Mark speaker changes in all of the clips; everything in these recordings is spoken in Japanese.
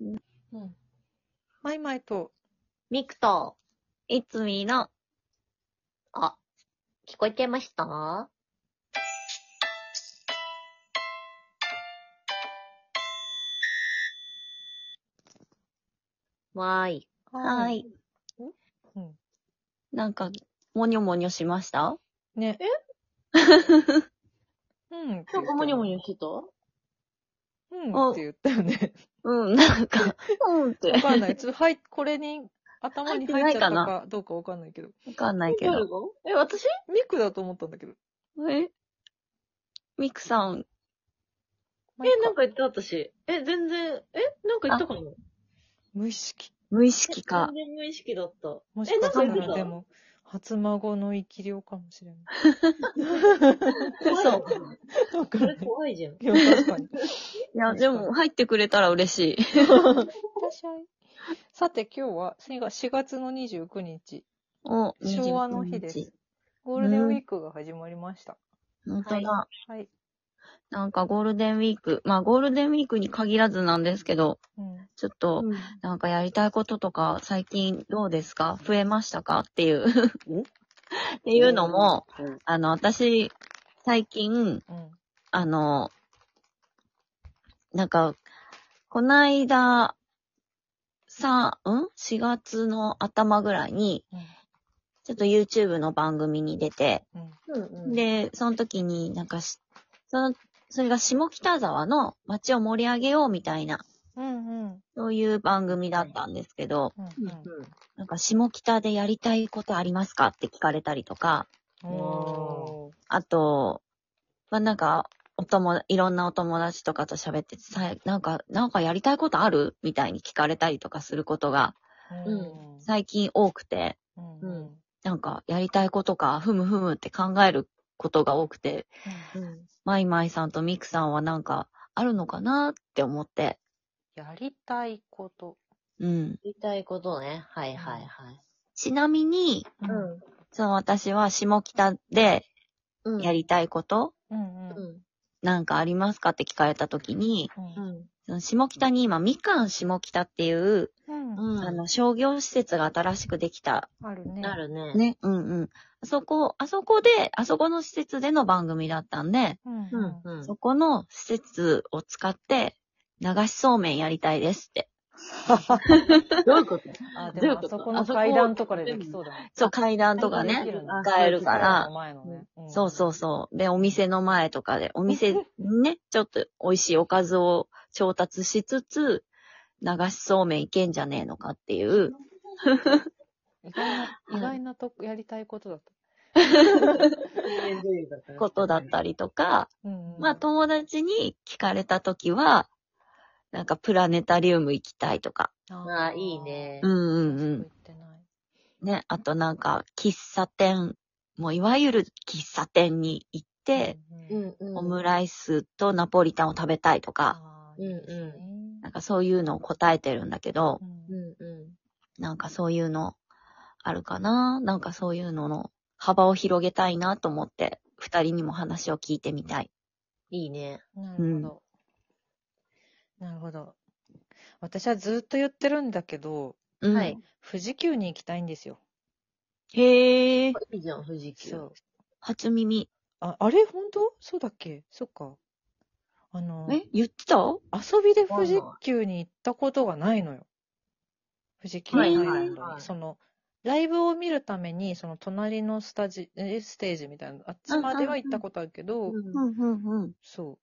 Speaker 1: うん。マイマイと、
Speaker 2: ミクと、いつみの、あ、聞こえてましたわーい。はーい。
Speaker 1: うん。
Speaker 2: なんか、もにょもにょしました
Speaker 1: ね。え うん。
Speaker 3: なんかモニョモ
Speaker 1: ニ
Speaker 3: ニョしてた
Speaker 1: うんって言ったよ ね。
Speaker 2: うん、なんか、うんっ
Speaker 1: わ
Speaker 2: て。
Speaker 1: かんない。ちょっと、はい、これに、頭に入っちゃったかどうかわかんないけど。
Speaker 2: わかんないけ
Speaker 3: 誰
Speaker 2: ど。
Speaker 3: がえ、私
Speaker 1: ミクだと思ったんだけど。
Speaker 2: えミクさん、
Speaker 1: マイ
Speaker 3: え、
Speaker 1: カ
Speaker 3: なんか言った私。え、全然、え、なんか言ったかな
Speaker 1: 無意識。
Speaker 2: 無意識か
Speaker 3: 全。然無意識だった。
Speaker 1: も
Speaker 3: え、
Speaker 1: し
Speaker 3: な
Speaker 1: か
Speaker 3: ん
Speaker 1: した
Speaker 3: か言って
Speaker 1: ら、
Speaker 3: た
Speaker 1: でも、初孫の生き量かもしれない。
Speaker 3: 怖い
Speaker 2: 嘘
Speaker 1: わか
Speaker 3: そ
Speaker 1: んな
Speaker 3: れ
Speaker 1: い。
Speaker 3: 怖いじゃん。
Speaker 1: いや、確かに。い
Speaker 2: いや、でも、入ってくれたら嬉しい。
Speaker 1: らっしゃい。さて、今日は、次が4月の29日、
Speaker 2: お、
Speaker 1: 昭和の日です。ゴールデンウィークが始まりました。
Speaker 2: 本当だ。
Speaker 1: はい。
Speaker 2: なんかゴールデンウィーク、まあゴールデンウィークに限らずなんですけど、
Speaker 1: うん。
Speaker 2: ちょっと、
Speaker 3: うん
Speaker 2: なんかやりたいこととか、最近どうですか増えましたかっていう。っていうのも、、
Speaker 3: うん
Speaker 2: あの、私、最近、
Speaker 1: うん。
Speaker 2: あの、なんか、こないだ、さ、ん ?4 月の頭ぐらいに、ちょっと YouTube の番組に出て、
Speaker 1: うん。
Speaker 3: うん、
Speaker 2: で、その時になんかし、その、それが下北沢の街を盛り上げようみたいな、
Speaker 1: うん。うん。
Speaker 2: そういう番組だったんですけど、
Speaker 1: うん
Speaker 3: うん
Speaker 2: なんか下北でやりたいことありますかって聞かれたりとか、
Speaker 1: うん。
Speaker 3: お
Speaker 2: あと、まあ、なんか、おとも、いろんなお友達とかと喋っててさ、なんか、なんかやりたいことあるみたいに聞かれたりとかすることが
Speaker 1: うん。
Speaker 2: 最近多くて、
Speaker 1: うん。
Speaker 3: う
Speaker 1: うん
Speaker 3: ん。
Speaker 2: なんかやりたいことか、ふむふむって考えることが多くて、
Speaker 3: うん
Speaker 2: マイマイさんとミクさんはなんかあるのかなって思って、
Speaker 1: やりたいこと。
Speaker 2: うん。
Speaker 3: 言いたいことね。はいはいはい。
Speaker 2: ちなみに、
Speaker 1: う。
Speaker 2: その私は下北で
Speaker 3: うん。うん。
Speaker 2: やりたいこと、
Speaker 1: うん。
Speaker 3: う
Speaker 1: うん。
Speaker 3: ん。
Speaker 2: なんかありますかって聞かれたときに、
Speaker 3: うん。
Speaker 2: その下北に今、みかん下北っていう、
Speaker 1: うん。
Speaker 3: うん。
Speaker 2: あの、商業施設が新しくできた。
Speaker 1: あるね。
Speaker 3: な。るね。
Speaker 2: ね。うんうん。あそこ、あそこで、あそこの施設での番組だったんで、
Speaker 1: うん。
Speaker 3: う
Speaker 1: うんん。。
Speaker 3: うん。
Speaker 2: そこの施設を使って、流しそうめんやりたいですって。
Speaker 3: どういうこと
Speaker 1: あ、
Speaker 3: どう
Speaker 1: で
Speaker 3: いう
Speaker 1: も
Speaker 3: こ
Speaker 1: あ
Speaker 3: と
Speaker 1: そこの階段とかでできそうだね。
Speaker 2: そう、階段とか
Speaker 1: でき
Speaker 2: ね、
Speaker 1: るな
Speaker 2: 使えるから。
Speaker 1: 前のね。ん
Speaker 2: そうそうそう。で、お店の前とかで、お店ね、ちょっと美味しいおかずを調達しつつ、流しそうめんいけんじゃねえのかっていう。
Speaker 1: 意外な、
Speaker 2: はい
Speaker 1: 意外なとこ、やりたいことだった。
Speaker 2: ことだったりとか、
Speaker 1: うんうん。
Speaker 2: まあ友達に聞かれたときは、なんかプラネタリウム行きたいとか、
Speaker 3: ああ、いい。ね
Speaker 2: う。ん
Speaker 1: うん
Speaker 2: うん
Speaker 1: う。
Speaker 2: うんん。
Speaker 1: 行ってない。
Speaker 2: ね、あとなんか喫茶店、もういわゆる喫茶店に行って、
Speaker 1: う
Speaker 3: うん
Speaker 1: うん。
Speaker 3: んうん。
Speaker 2: オムライスとナポリタンを食べたいとか、
Speaker 1: あ
Speaker 3: う
Speaker 1: ー
Speaker 3: ん
Speaker 1: いい
Speaker 3: うん
Speaker 1: ですね
Speaker 2: なんかそういうのを答えてるんだけど
Speaker 1: う、。
Speaker 3: うんんう
Speaker 2: なんかそういうのあるかななんかそういうのの幅を広げたいなと思って、二人にも話を聞いてみたい。
Speaker 3: ん。いいね。
Speaker 1: なるほど。なるほど。私はずっと言ってるんだけど、
Speaker 2: うん、
Speaker 3: はい。
Speaker 1: 富士急に行きたいんですよ。
Speaker 2: へえ。
Speaker 3: いいじゃん、富士急。
Speaker 1: そう。
Speaker 2: 初耳。
Speaker 1: あ、あれ本当そうだっけそっか。あの、
Speaker 2: え言ってた
Speaker 1: 遊びで富士急に行ったことがないのよ。富士急ハイランド
Speaker 3: はい
Speaker 1: に
Speaker 3: はいはい
Speaker 1: その、ライブを見るために、その隣のスタジ、えステージみたいな、あっちまでは行ったことあるけど、
Speaker 3: う
Speaker 2: うんんうんうん。
Speaker 1: そう。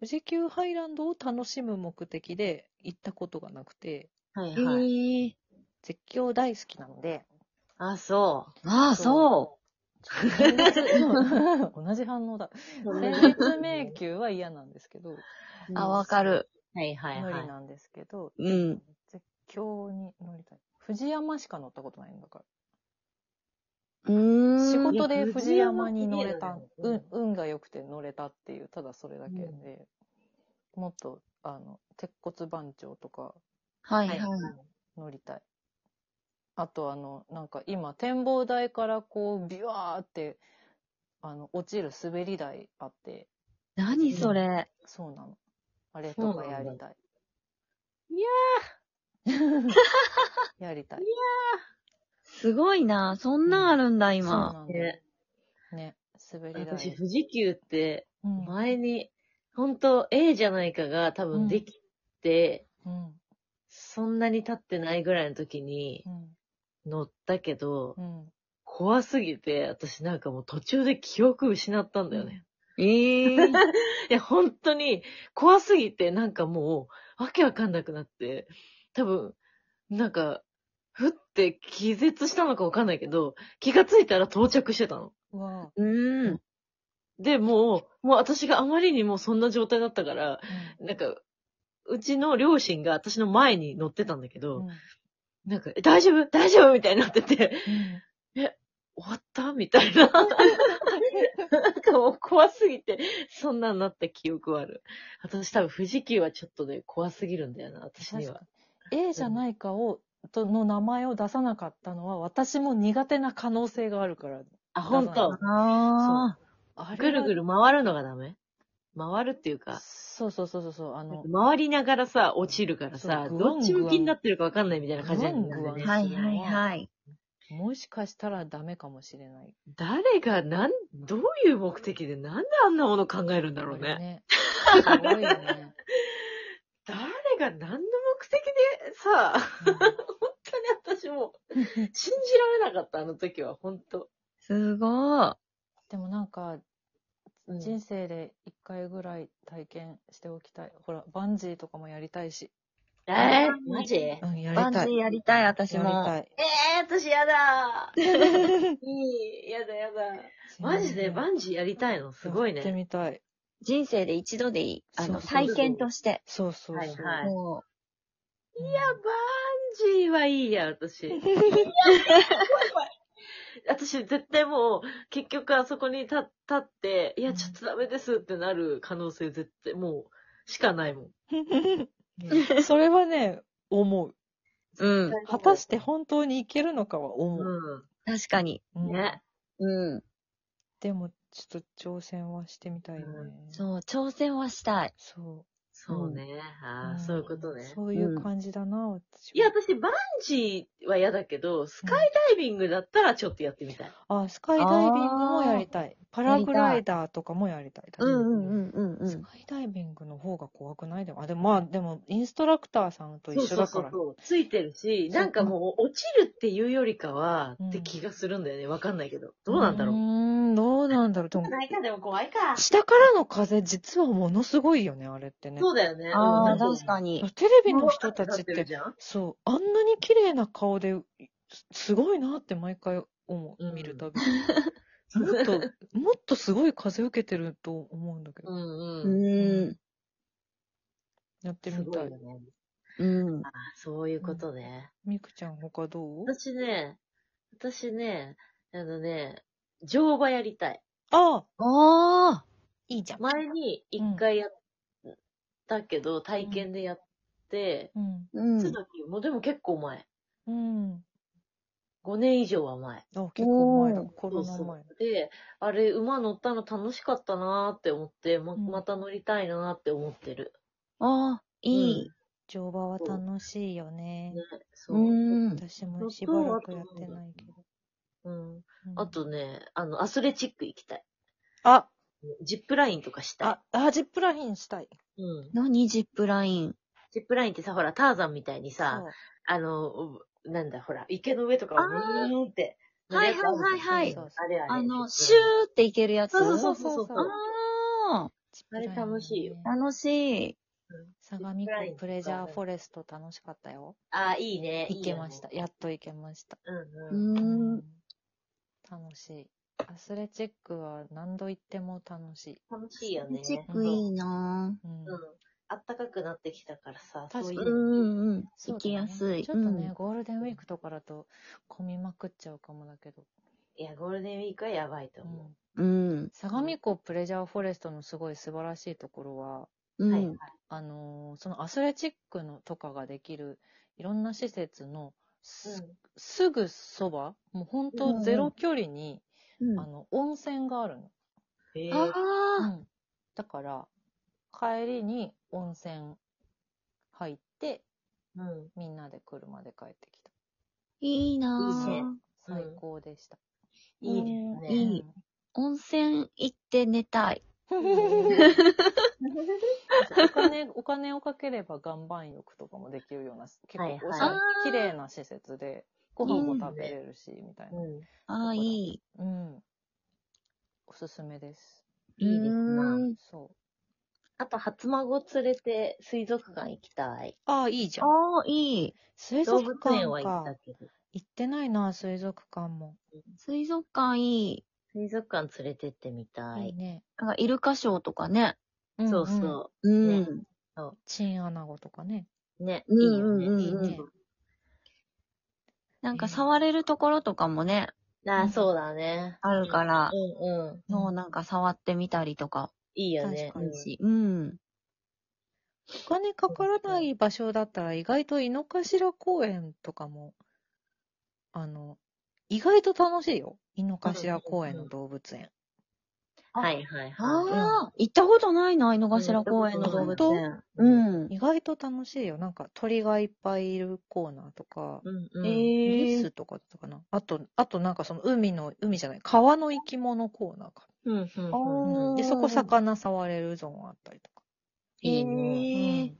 Speaker 1: 富士急ハイランドを楽しむ目的で行ったことがなくて、
Speaker 3: はいはい。
Speaker 2: へえ。
Speaker 1: 絶叫大好きなので、
Speaker 3: あ、そ
Speaker 2: ああ、そ
Speaker 1: 先月 同じ反応だ。
Speaker 3: う。
Speaker 1: 戦慄迷宮は嫌なんですけど、
Speaker 2: う。あ、わかる。
Speaker 3: はいはい
Speaker 1: 無
Speaker 3: は
Speaker 1: 理
Speaker 3: い。
Speaker 1: なんですけど、
Speaker 2: うん。
Speaker 1: 絶叫に乗りたい。藤山しか乗ったことないんだから。
Speaker 2: う
Speaker 1: 仕
Speaker 2: ーん。
Speaker 1: 事で
Speaker 3: いや
Speaker 1: 藤山に乗れた
Speaker 3: 藤山、綺麗だ
Speaker 1: う
Speaker 3: よ
Speaker 1: ん、運が良くて乗れたっていう、ただそれだけで、もっと、あの、鉄骨番長とか
Speaker 2: はい
Speaker 3: はい
Speaker 2: は
Speaker 3: はい
Speaker 2: い。
Speaker 1: 乗りたい。あと、あの、なんか今、展望台からこう、ビワーって、あの、落ちる滑り台あって、
Speaker 2: 何それ。
Speaker 1: そうなの。あれとかやりたい。 やりたい。
Speaker 2: すごいな。そんなんあるんだ、
Speaker 1: そう
Speaker 2: 今。
Speaker 1: なんだ
Speaker 3: ね、
Speaker 1: ね、滑り
Speaker 3: 私、
Speaker 1: 台。
Speaker 3: 富士急って、
Speaker 1: うん
Speaker 3: 前に、本当 A じゃないかが多分できて、
Speaker 1: うん。
Speaker 3: そんなに経ってないぐらいの時に
Speaker 1: うん。
Speaker 3: 乗ったけど、
Speaker 1: うん。
Speaker 3: 怖すぎて、私なんかもう途中で記憶失ったんだよね。
Speaker 2: ええー。
Speaker 3: いや、本当に、怖すぎて、なんかもう、わけわかんなくなって、多分、なんか、ふって気絶したのかわかんないけど、気がついたら到着してたの。
Speaker 1: うわ
Speaker 2: うーん。
Speaker 3: で、もう、もう私があまりにもそんな状態だったから、なんか、うちの両親が私の前に乗ってたんだけ
Speaker 1: う
Speaker 3: ど、
Speaker 1: ん。
Speaker 3: なんか、え大丈夫大丈夫みたいになってて、
Speaker 1: うん
Speaker 3: 終わったみたいな。なんかもう怖すぎて、そんなんなった記憶はある。私多分富士急はちょっとね、怖すぎるんだよな、私に
Speaker 1: 確か
Speaker 3: は。
Speaker 1: に。A じゃないかを、との名前を出さなかったのは、私も苦手な可能性があるから。
Speaker 3: あ、本当
Speaker 2: ああ。
Speaker 1: あ
Speaker 3: ぐるぐる回るのがダメ回るっていうか、
Speaker 1: そうそうそうそうそう。あの、
Speaker 3: 回りながらさ、落ちるからさ、
Speaker 1: そうグワン
Speaker 3: どっち向きになってるかわかんないみたいな感じなんだ
Speaker 1: グワング
Speaker 3: よね
Speaker 1: ワン。
Speaker 2: はいはいはい。
Speaker 1: もしかしたらダメかもしれない。
Speaker 3: 誰が、なん、どういう目的で、なんであんなもの考えるんだろうね。
Speaker 1: あれね。す ごいよね。
Speaker 3: 誰が何の目的でさ、本当に私もう、信じられなかった、あの時は、本当。
Speaker 2: すごい。
Speaker 1: でもなんか、
Speaker 3: うん
Speaker 1: 人生で一回ぐらい体験しておきたい。ほら、バンジーとかもやりたいし。
Speaker 3: えー、マジえ
Speaker 1: うん、や
Speaker 2: バンジーやりたい、私
Speaker 1: やりた
Speaker 2: も。
Speaker 1: い。
Speaker 3: ー、私や だーいい、やだやだ。マジでバ
Speaker 1: ンジ
Speaker 3: ンジーやりたいのすごい
Speaker 1: やって
Speaker 3: ね。
Speaker 1: みたい。
Speaker 2: 人生で一度でいい。あ
Speaker 1: そう
Speaker 2: の、
Speaker 1: そう
Speaker 2: 体験として。
Speaker 1: そうそうそう。
Speaker 3: はいはい
Speaker 2: も
Speaker 1: い
Speaker 3: いや、バンジーはいいや、私。私、絶対もう、結局あそこに立立って、いや、ちょっとダメですってなる可能性絶対、もう、しかないもん。
Speaker 1: うんそれはね、思う。
Speaker 2: う。うん。
Speaker 1: 果たして本当にいけるのかは思う。
Speaker 3: う
Speaker 2: 確かに。
Speaker 1: うん
Speaker 3: ん。ね。
Speaker 2: うん。
Speaker 1: でも、ちょっと挑戦はしてみたいね。
Speaker 2: そう、挑戦はしたい。
Speaker 1: そう。
Speaker 3: そうね。ああ、そういうことね。
Speaker 1: そういう感じだな、私
Speaker 3: いや、私、バンジーは嫌だけど、スカイダイビングだったらちょっとやってみたい。
Speaker 1: あ、スカイダイビングもやりたい。パラグライダーとかもやりたい。ん。
Speaker 2: んうん
Speaker 1: スカイダイビングの方が怖くないでも、あ、でもまあ、でも、インストラクターさんと一緒だから。
Speaker 3: そう。ついてるし、
Speaker 1: そう
Speaker 3: なんかもう落ちるっていうよりかは、
Speaker 1: うん
Speaker 3: って気がするんだよね。わかんないけど。どうなんだろ
Speaker 1: うー
Speaker 3: う。
Speaker 1: ん、どうなんだろう。でも、
Speaker 3: いか、でも怖いか
Speaker 1: 下からの風、実はものすごいよね、あれってね。
Speaker 3: そうだよね。
Speaker 2: ああ、
Speaker 1: ー
Speaker 2: 確か
Speaker 3: に。
Speaker 2: に。
Speaker 1: テレビの人たちっ
Speaker 3: なる
Speaker 1: て、
Speaker 3: じゃん
Speaker 1: そう、あんなに綺麗な顔で、すすごいなって毎回思
Speaker 3: う
Speaker 1: う、
Speaker 3: ん
Speaker 1: 見るたび。もっと、もっとすごい風受けてると思うんだけ
Speaker 3: う
Speaker 1: ど、
Speaker 3: ん
Speaker 2: う
Speaker 3: うん。
Speaker 2: ん。
Speaker 1: やって
Speaker 3: す
Speaker 1: み
Speaker 3: ご
Speaker 1: た
Speaker 3: い
Speaker 1: い
Speaker 3: よ。ね。
Speaker 2: うん。
Speaker 3: あーそういうことね。
Speaker 1: みくちゃん他どう
Speaker 3: 私ね、私ね、あのね、乗馬やりたい。
Speaker 1: ああ
Speaker 2: おー。
Speaker 1: いいじゃん。
Speaker 3: 前に一回やったけど、体験でやって、
Speaker 1: うん。
Speaker 2: うん。
Speaker 3: つだきもうでも結構前。
Speaker 1: うん。
Speaker 3: 5年以上は前。
Speaker 1: あ、結構前だ。
Speaker 2: お
Speaker 1: コ
Speaker 3: そ
Speaker 1: ロ
Speaker 3: う
Speaker 1: ナ
Speaker 3: そ
Speaker 1: 前。
Speaker 3: う。で、あれ、馬乗ったの楽しかったなーって思って、ま
Speaker 1: うん
Speaker 3: また乗りたいなーって思ってる。
Speaker 2: ああ、いい。
Speaker 1: 乗馬は楽しいよね
Speaker 3: ね。そうう。
Speaker 2: ん。
Speaker 1: 私もしばらくやってないけど。
Speaker 3: うん。
Speaker 1: うん
Speaker 3: あ、とね、あの、アスレチック行きたい。
Speaker 1: あ、
Speaker 3: ジップラインとかしたい。
Speaker 1: あ、あジップラインしたい。
Speaker 3: うん。
Speaker 2: 何ジップライン。
Speaker 3: ジップラインってさ、ほら、ターザンみたいにさ、
Speaker 1: そう
Speaker 3: あの、うなんだ、ほら、池の上とかを
Speaker 2: あー
Speaker 3: ブーンって。
Speaker 2: はいはいはいはい
Speaker 3: あれあれ。
Speaker 2: あの、シューっていけるやつ。
Speaker 3: そうそうそうそう。
Speaker 1: そう
Speaker 2: あ
Speaker 1: ジップラインね
Speaker 3: あれ楽しいよ
Speaker 2: あ、楽しい。
Speaker 1: 相模湖プレジャーフォレスト楽しかったよ。
Speaker 3: ああ、いいね。
Speaker 1: 行
Speaker 3: いいよ
Speaker 1: け
Speaker 3: ね
Speaker 1: ました。。やっと行けました。
Speaker 3: うん
Speaker 2: う
Speaker 3: うん。
Speaker 2: ん。
Speaker 1: 楽しい。アスレチックは何度行っても楽しい。
Speaker 3: 楽しいよね。
Speaker 2: チックいいな
Speaker 1: う
Speaker 2: ぁ。
Speaker 1: ん
Speaker 3: うん。あったかくなってきたからさ、
Speaker 1: 確かに
Speaker 3: そうういうん
Speaker 2: うん。
Speaker 1: そう
Speaker 2: 行
Speaker 1: だ
Speaker 2: き
Speaker 1: ね
Speaker 2: やすい。
Speaker 1: ちょっとね、
Speaker 2: うん
Speaker 1: ゴールデンウィークとかだと混みまくっちゃうかもだけど。
Speaker 3: いや、ゴールデンウィークはやばいと
Speaker 1: う
Speaker 3: 思
Speaker 1: ん
Speaker 2: うん。
Speaker 1: 相模湖プレジャーフォレストのすごい素晴らしいところは、
Speaker 3: う。
Speaker 2: う
Speaker 3: はいは
Speaker 2: ん
Speaker 3: い。。
Speaker 1: あのーそのアスレチックのとかができるいろんな施設のす,、すぐそば、もう本
Speaker 2: うんう
Speaker 1: 当
Speaker 2: ん
Speaker 1: ゼロ距離に、
Speaker 2: うん
Speaker 1: あの温泉があるの。
Speaker 3: へえ
Speaker 2: あ
Speaker 1: う
Speaker 2: あ、
Speaker 1: ん、だから帰りに温泉入って
Speaker 3: うん。
Speaker 1: みんなで車で帰ってきた。
Speaker 2: いいない
Speaker 3: いね
Speaker 2: ぁ。
Speaker 1: 最高でした。
Speaker 3: いいですね。
Speaker 2: いい温泉行って寝たい。
Speaker 1: うん
Speaker 3: うん
Speaker 1: お金、お金をかければ岩盤浴とかもできるような、結
Speaker 3: は
Speaker 1: 構
Speaker 3: い
Speaker 1: おしゃれ
Speaker 2: あー
Speaker 1: 綺麗な施設で、ご飯も食べれるし、みたいな。
Speaker 3: うん
Speaker 2: ああ、いい。
Speaker 1: うん。おすすめです。
Speaker 3: いいです
Speaker 2: う
Speaker 3: な。
Speaker 2: ん
Speaker 1: そう。
Speaker 3: あと、初孫連れて水族館行きたい。
Speaker 1: ああ、いいじゃん。
Speaker 2: ああ、いい。
Speaker 1: 水
Speaker 3: 動
Speaker 1: 族
Speaker 3: 物
Speaker 1: 館
Speaker 3: 園は行った
Speaker 1: か。
Speaker 3: けど。
Speaker 1: 行ってないな、水族館も。
Speaker 2: 水族館いい。
Speaker 3: 水族館連れてってみた
Speaker 1: いい
Speaker 3: い。
Speaker 1: ね。
Speaker 2: なんかイルカショーとかね。
Speaker 1: う
Speaker 3: そう
Speaker 1: んうん。
Speaker 3: そうね
Speaker 2: ん。
Speaker 1: チンアナゴとかね。
Speaker 3: う。ね。
Speaker 2: うん
Speaker 3: いいよ
Speaker 2: うんうん
Speaker 3: ね。
Speaker 1: いいね。
Speaker 2: なんか触れるところとかもね、
Speaker 3: ああ、そうだね。
Speaker 2: あるから、
Speaker 3: うんうん。
Speaker 2: もうなんか触ってみたりとか
Speaker 3: いいよね。
Speaker 1: 確
Speaker 2: いいし。うん。
Speaker 1: お金かからない場所だったら意外と井の頭公園とかも、あの、意外と楽しいよ。井の頭公園の動物園。
Speaker 3: うんはいはいはい。
Speaker 2: ああ、行ったことないな、井の頭公園の動物園。うん。
Speaker 1: 意外と楽しいよ。なんか鳥がいっぱいいるコーナーとか、
Speaker 3: うんうん。
Speaker 1: リスとかだったかな。あと、あとなんかその海の、海じゃない、川の生き物コーナーか。
Speaker 3: うんうんうん。
Speaker 2: おー
Speaker 1: で、そこ魚触れるゾーンあったりとか。
Speaker 3: いい
Speaker 2: へ
Speaker 3: ね。
Speaker 2: え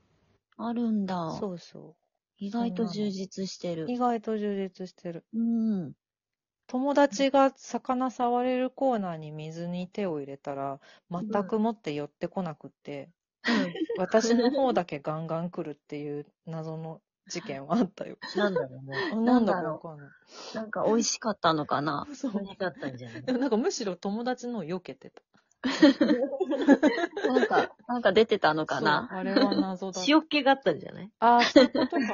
Speaker 2: あるんだ。
Speaker 1: うんそうそ
Speaker 2: 意外と充実してる
Speaker 1: う。。意外と充実してる。
Speaker 2: うん。
Speaker 1: 友達が魚触れるコーナーに水に手を入れたら、全くもって寄ってこなくって、私の方だけガンガン来るっていう謎の事件はあったよ。
Speaker 3: なんだろうね。
Speaker 1: あなんだ
Speaker 2: なんだ
Speaker 1: か
Speaker 2: ろ
Speaker 1: わ
Speaker 2: う
Speaker 1: かんない。
Speaker 2: なんか美味しかったのかな。
Speaker 1: そう。
Speaker 3: 楽しかったんじゃない
Speaker 1: でもなんかむしろ友達のを避けてた。
Speaker 2: なんか、なんか出てたのかな。
Speaker 1: そうあれは謎だった。
Speaker 3: 塩気があったんじゃない
Speaker 1: ああ、そういうことかも。